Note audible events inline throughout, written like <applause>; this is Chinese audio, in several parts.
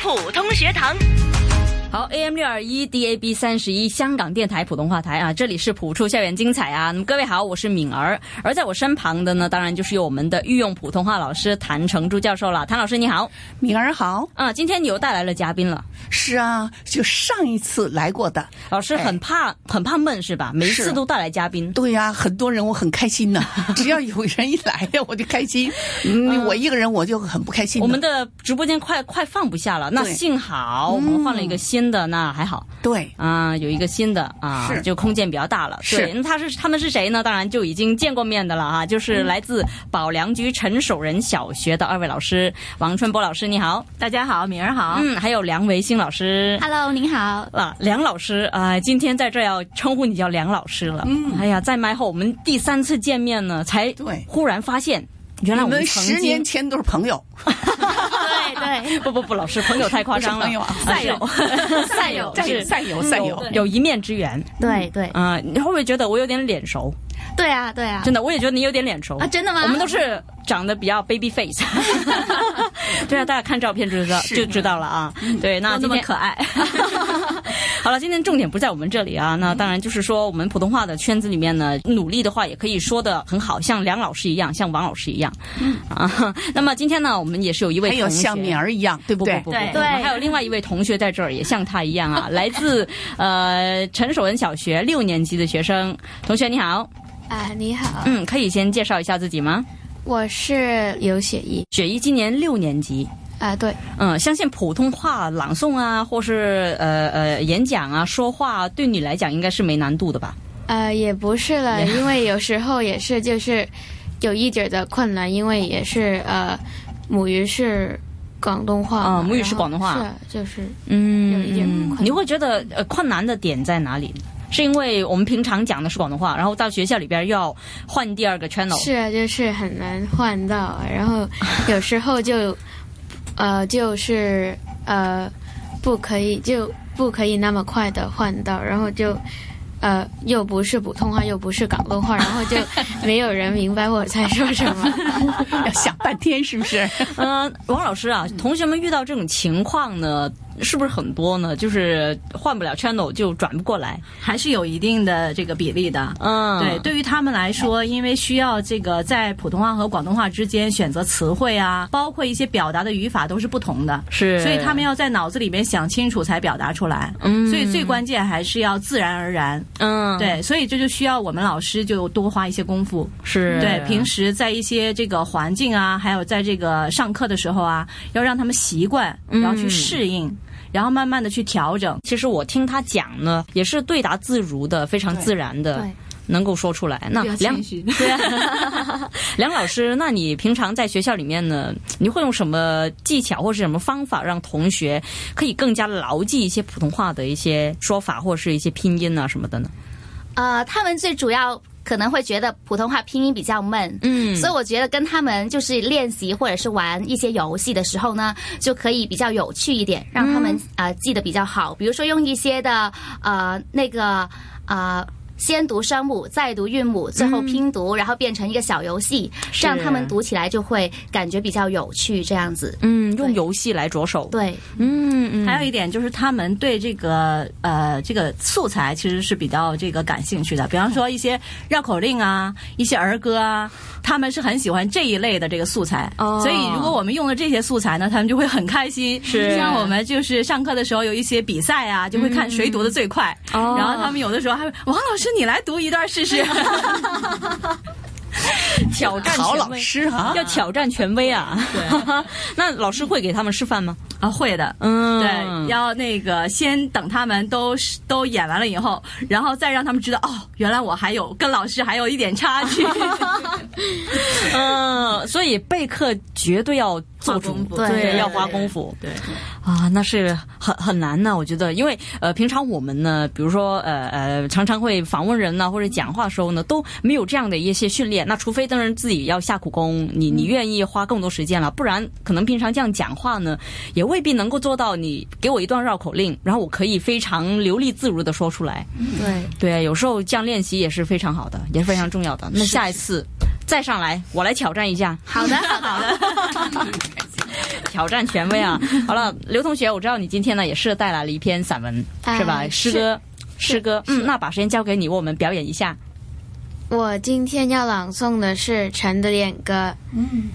普通学堂。好，AM 六二一 DAB 三十一香港电台普通话台啊，这里是普出校园精彩啊。那么各位好，我是敏儿，而在我身旁的呢，当然就是有我们的御用普通话老师谭成珠教授了。谭老师你好，敏儿好，啊，今天你又带来了嘉宾了。是啊，就上一次来过的，老师很怕、很怕闷是吧？每一次哎是都带来嘉宾。对呀、很多人我很开心 <laughs> 呢、只要有人一来呀，我就开心，嗯，我一个人我就很不开心的。我们的直播间快快放不下了，那对嗯幸好我们换了一个新的，那还好对啊、有一个新的啊、是就空间比较大了。是对，那他是他们是谁呢？当然就已经见过面的了啊，嗯就是来自保良局陈守仁小学的二位老师，王春波老师你好，大家好，敏儿好。嗯，还有梁维新老师。 Hello，您好。啊，梁老师啊、今天在这儿要称呼你叫梁老师了。嗯，哎呀，在麦后我们第三次见面呢，才对忽然发现，原来你我们曾十经年前都是朋友，啊对对， <laughs> 不不不，老师朋友太夸张了， <laughs> 不是朋友啊赛友，赛 <laughs> 友再有是再有再有，有一面之缘。对哎对啊、你会不会觉得我有点脸熟？对啊对啊真，的，我也觉得你有点脸熟啊真的吗我们都是长得比较 baby <laughs> face，对啊，大家看照片就知道就知道了啊。对，那嗯今都那么天可爱。 <laughs> <laughs> 好了，今天重点不在我们这里啊。嗯那当然就是说，我们普通话的圈子里面呢，努力的话也可以说的很好，像梁老师一样，像王老师一样嗯啊。那么今天呢，我们也是有一位还有同学像敏儿一样，对不不对？不不不，对我们还有另外一位同学在这儿，也像他一 <laughs> 样啊，来自呃陈守恩小学六年级的学生同学，你好，啊，你好，嗯，可以先介绍一下自己吗？我是刘雪怡。雪姨今年六年级，啊，对，嗯，相信普通话朗诵啊，或是呃呃演讲啊、说话啊、对你来讲应该是没难度的吧？呃，也不是 <laughs> 了，因为有时候也是就是有一点儿的困难，因为也是呃，母语是广东话嘛啊母语然是后广东话是啊就是嗯，有一点困难你会觉得呃困难的点在哪里？是因为我们平常讲的是广东话，然后到学校里边又要换第二个 channel，是啊，就是很难换到，然后有时候就呃就是呃不可以就不可以那么快的换到，然后就。呃，又不是普通话，又不是广东话，然后就没有人明白我在说什么。要想半天是不 <laughs> 是？呃，王老师啊，同学们遇到这种情况呢，是不是很多呢？就是换不了 channel 就转不过来。还是有一定的这个比例的。嗯，对，对于他们来说，因为需要这个在普通话和广东话之间选择词汇啊，包括一些表达的语法都是不同的，是，所以他们要在脑子里面想清楚才表达出来。嗯，所以最关键还是要自然而然。嗯，对，所以这就需要我们老师就多花一些功夫。是，对，平时在一些这个环境啊，还有在这个上课的时候啊，要让他们习惯，然后去嗯适应，然后慢慢的去调整。其实我听他讲呢，也是对答自如的，非常自然的 <laughs> 对，能够说出来。那不要梁谦虚 <laughs> 对啊，梁老师，那你平常在学校里面呢，你会用什么技巧或是什么方法让同学可以更加牢记一些普通话的一些说法或是一些拼音啊什么的呢？呃，他们最主要可能会觉得普通话拼音比较闷，嗯所以我觉得跟他们就是练习或者是玩一些游戏的时候呢，就可以比较有趣一点，让他们、呃记得比较好。比如说用一些的呃那个呃。先读声母，再读韵母，最后拼读，然后变成一个小游戏，这样他们读起来就会感觉比较有趣，这样子。嗯，用对游戏来着手。对，嗯嗯，还有一点就是，他们对这个呃这个素材其实是比较这个感兴趣的，比方说一些绕口令啊，一些儿歌啊，他们是很喜欢这一类的这个素材。哦所以如果我们用了这些素材呢，他们就会很开心。是嗯像我们就是上课的时候有一些比赛啊，就会看谁读的最快。哦然后他们有的时候还会，王老师你来读一段 <laughs> 试试。挑战好权老威，师啊，要挑战权威啊！ <laughs> 那老师会给他们示范吗？啊，会的。嗯对，要那个先等他们都是都演完了以后，然后再让他们知道哦，原来我还有跟老师还有一点差 <laughs> 距。 <laughs> 嗯，所以备课绝对要做主花功，夫对对要花对功夫。对，啊，那是很很难呢、我觉得，因为呃，平常我们呢，比如说呃呃，常常会访问人呢、或者讲话的时候呢，都没有这样的一些训练。那除非当然自己要下苦功，你你愿意花更多时间了，不然可能平常这样讲话呢，也未必能够做到。你给我一段绕口令，然后我可以非常流利自如的说出来。对，对，有时候这样练习也是非常好的，也是非常重要的。那下一次再上来，我来挑战一下。好的，好的。挑 <laughs> 挑战权威啊！好了，刘同学，我知道你今天呢也是带来了一篇散文，啊是吧？诗歌，是诗歌，嗯，那把时间交给你，为我们表演一下。我今天要朗诵的是陈的恋歌。嗯，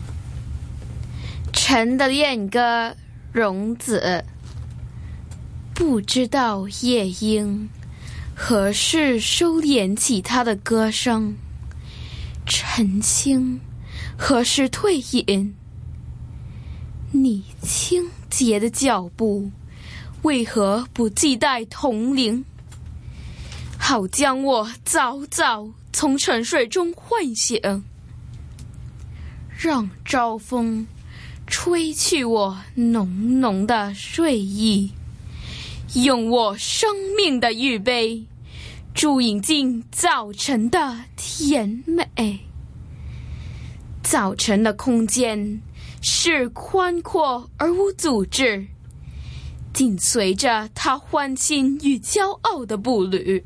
陈的恋歌，荣子。不知道夜莺何时收敛起它的歌声，晨星何时退隐？你清洁的脚步为何不系带铜铃？好将我早早从沉睡中唤醒，让朝风吹去我浓浓的睡意，用我生命的玉杯注饮进早晨的甜美。早晨的空间是宽阔而无阻滞，紧随着他欢欣与骄傲的步履。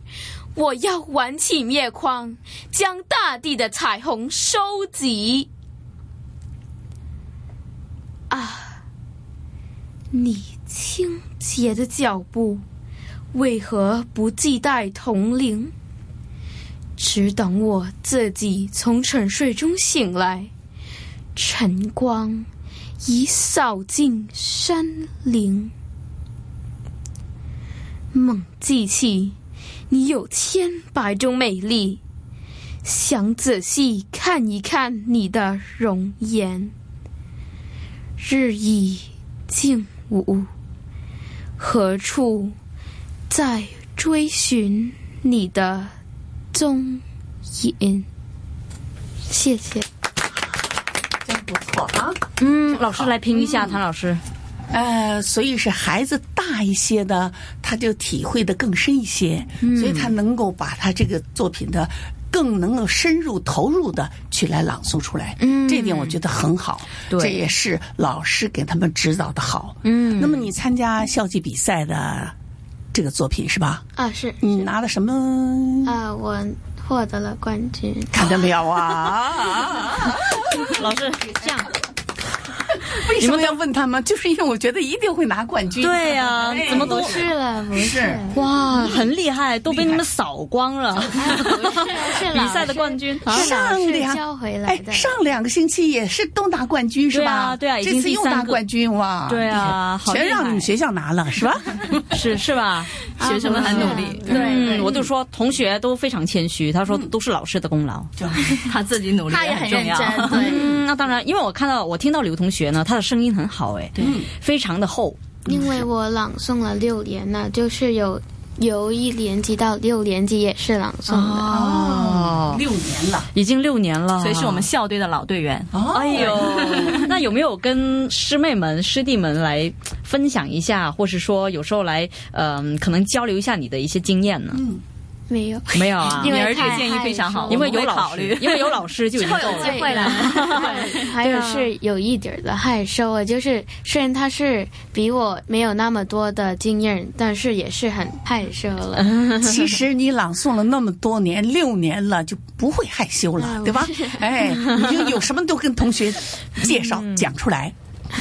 我要挽起面框，将大地的彩虹收集。啊，你清洁的脚步，为何不系带铜铃？只等我自己从沉睡中醒来，晨光已扫尽山林。猛记起你有千百种美丽，想仔细看一看你的容颜。日已静午，何处在追寻你的踪影？谢谢。真不错啊。嗯，老师来评一下，谭老师。呃，所以是孩子大一些的，他就体会的更深一些，所以他能够把他这个作品的更能够深入投入的去来朗诵出来。嗯，这点我觉得很好，对这也是老师给他们指导的好。嗯，那么你参加校际比赛的这个作品是吧？啊，是你拿了什么？啊，我获得了冠军。看到没有啊？ <laughs> 老师，这样为什么要问他们？就是因为我觉得一定会拿冠军。对呀、怎么都不是了，不是是了，哇，很厉害，哎都被你们扫光了。是比老赛的师冠军啊！是老上师两教回来哎，的。上两个星期也是都拿冠军是吧？对啊对啊已经这次第又三拿个冠军哇！对啊好全厉让你们害学校拿了是吧？是是吧？啊学生们很努力，嗯，我就说同学都非常谦虚，他说都是老师的功劳。他啊自己努力他也很很重认要。真，对，嗯，那当然，因为我看到我听到刘同学呢，他的声音很好哎，非常的厚。因为我朗诵了六年呢，就是有由一年级到六年级也是朗诵的。哦， <laughs> 六年了，已经六年了，所以是我们。哦校队的老队员，哦哎呦， <laughs> 那有没有跟师妹们、师弟们来分享一下，或是说有时候来，嗯、可能交流一下你的一些经验呢？没有，没有啊，因为女儿这个太建议非常害好，羞因了为嗯我有们会老考师虑， <laughs> 因为有老师就已经 <laughs> 够有了。机会了。 <laughs> 还有是有一点儿的害羞啊，就是虽然他是比我没有那么多的经验，但是也是很害羞了。 <laughs> 嗯其实你朗诵了那么多年，六年了就不会害羞了，<laughs> 嗯对吧？哎，你就有什么都跟同学介绍讲出来。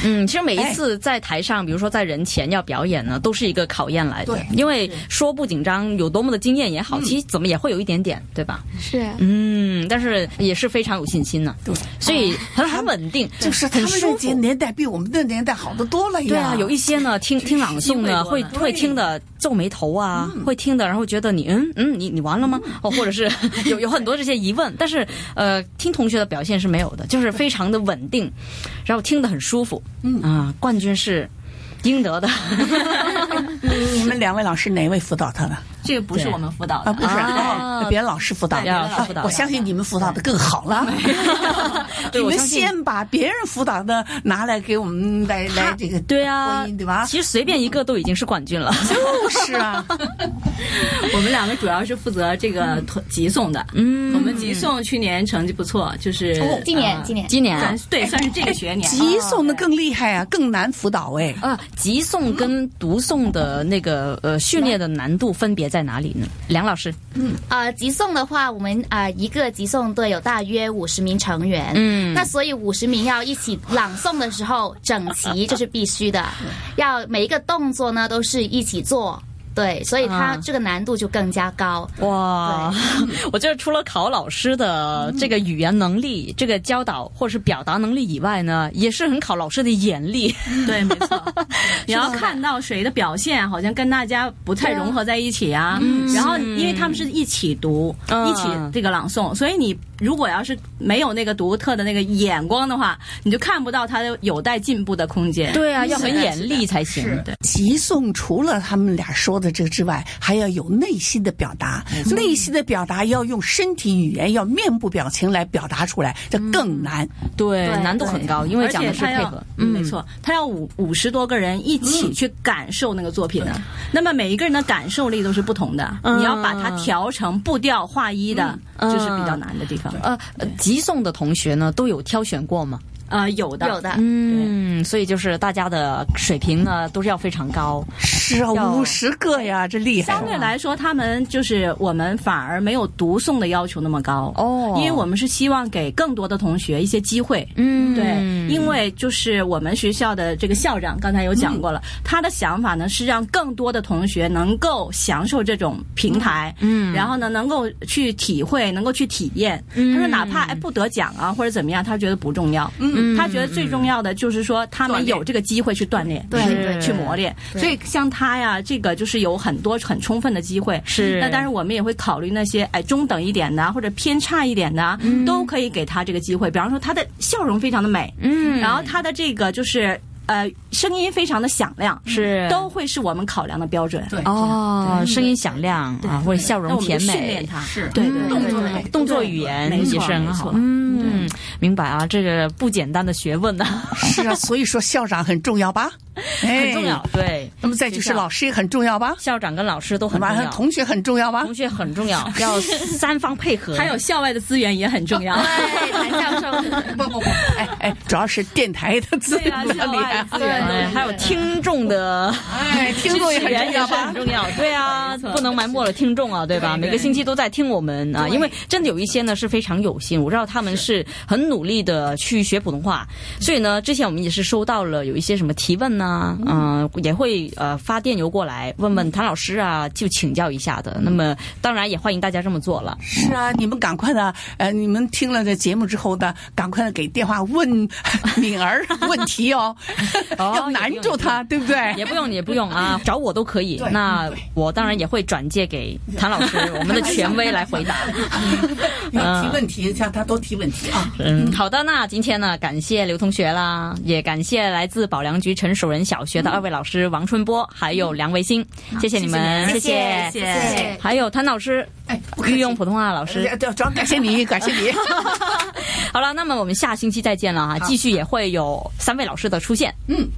嗯，其实每一次在台上，比如说在人前要表演呢，都是一个考验来的对。因为说不紧张，有多么的经验也嗯好，其实怎么也会有一点点，对吧？是啊，嗯，但是也是非常有信心呢。对，所以很很稳定，啊就是他很们舒这些服。年代比我们的年代好得多了呀。对啊，有一些呢，听听朗诵呢，会机会多呢会听的皱眉头啊，嗯会听的，然后觉得你嗯嗯，你你完了 <laughs> 吗？哦，或者是 <laughs> 有有很多这些疑问，但是呃，听同学的表现是没有的，就是非常的稳定，然后听得很舒服。嗯啊，冠军是应得的。 <laughs> 你们两位老师哪位辅导他的？这个不是我们辅导啊，的不是，啊哎别人老师辅导，别人老师辅导啊啊我相信你们辅导的更好 <laughs> 了。对你我们相信先把别人辅导的拿来给我们来来这个对啊播音对吧？其实随便一个都已经是冠军了。就是啊， <laughs> 我们两个主要是负责这个团集送的。嗯我们集送去年成绩不错，就是哦今年呃今年今年啊算，对算是这个学年。 <laughs> 急送的更厉害啊，更啊难辅导哎。呃，急送跟读诵的那个呃训练的难度分别别在哪里呢？梁老师，呃，集送的话，我们呃一个集送队有大约五十名成员，嗯，那所以五十名要一起朗诵的时候，整齐这是必须的，要每一个动作呢都是一起做，对，所以它啊这个难度就更加高。哇， <laughs> 我觉得除了考老师的这个语言能力、这个教导或者是表达能力以外呢，也是很考老师的眼力。 <laughs> 对，没 <laughs> 错。你要看到谁的表现好像跟大家不太融合在一起啊。然后，因为他们是一起读、嗯一起这个朗诵，所以你如果要是没有那个独特的那个眼光的话，你就看不到他有待进步的空间。对 <laughs> 啊，要很眼力才行。急送除了他们俩说的这之外，还要有内心的表达，内心的表达要用身体语言，要面部表情来表达出来，这更难。对，对难度很高，因为而讲且的是他配要合，。嗯嗯，没错，他要五五十多个人一起去感受那个作品的。啊那么每一个人的感受力都是不同的，嗯你要把它调成步调划一的，嗯这是比较难的地方。呃，呃急送的同学呢，都有挑选过吗？呃，有的，有的，嗯，所以就是大家的水平呢，都是要非常高。是啊，要五十个呀，这厉害哦相对来说，他们就是我们反而没有读诵的要求那么高哦因为我们是希望给更多的同学一些机会。嗯对，因为就是我们学校的这个校长刚才有讲过了，他的想法呢是让更多的同学能够享受这种平台，嗯，然后呢能够去体会，能够去体验。他说哪怕哎不得奖啊或者怎么样，他觉得不重要，嗯，他觉得最重要的就是说他们有这个机会去锻炼，对去对去磨练。所以像他呀，这个就是有很多很充分的机会，是那当然，我们也会考虑那些哎中等一点的啊或者偏差一点的啊，都可以给他这个机会。比方说，他的笑容非常的美，嗯，然后他的这个就是呃声音非常的响亮，是都会是我们考量的标准。对，哦，声音响亮啊，或者笑那容我们就甜训美练，他，是对对动对作对动作语言没错也是很好没。错嗯，明白啊，这个不简单的学问呐，是啊，所以说校长很重要吧？ <laughs> 很很重要。。对，那么再就是老师也很重要吧？校长跟老师都很重晚上要，同学很重要吧同？学很重要， <laughs> 要三方配合。还有校外的资源也很重要。对，<laughs> 谭教授，不不不， <laughs> 哎哎，主要是电台的资对啊源比较校厉外害资。对源哎还有听众的哎，听众也很重要吧很？重要，对啊，不能埋没了听众啊，对吧？对对每个星期都在听我们啊，因为真的有一些呢是非常有心，我知道他们是很努力的去学普通话，所以呢，之前我们也是收到了有一些什么提问呐、嗯、也会呃发电邮过来问问谭老师啊，就请教一下的。那么当然也欢迎大家这么做了，是啊，你们赶快的，呃，你们听了这节目之后呢，赶快地给电话问 <laughs> 敏儿问题哦，哦要难住他，对不对？也不用也不用啊，找我都可以。那我当然也会转借给谭老师，我们的权威来回答。你提问题，向他多提问题啊。嗯，好的，那今天呢，感谢刘同学啦，也感谢来自保良局陈守仁小学的二位老师王春波还有梁维新，谢嗯谢你们，嗯谢谢，谢谢谢。还有谭老师，哎，不客御气用普通话老师 <laughs> 呃。对，主要感谢你，感谢你。啊好了，那么我们下星期再见了哈，继续也会有三位老师的出现。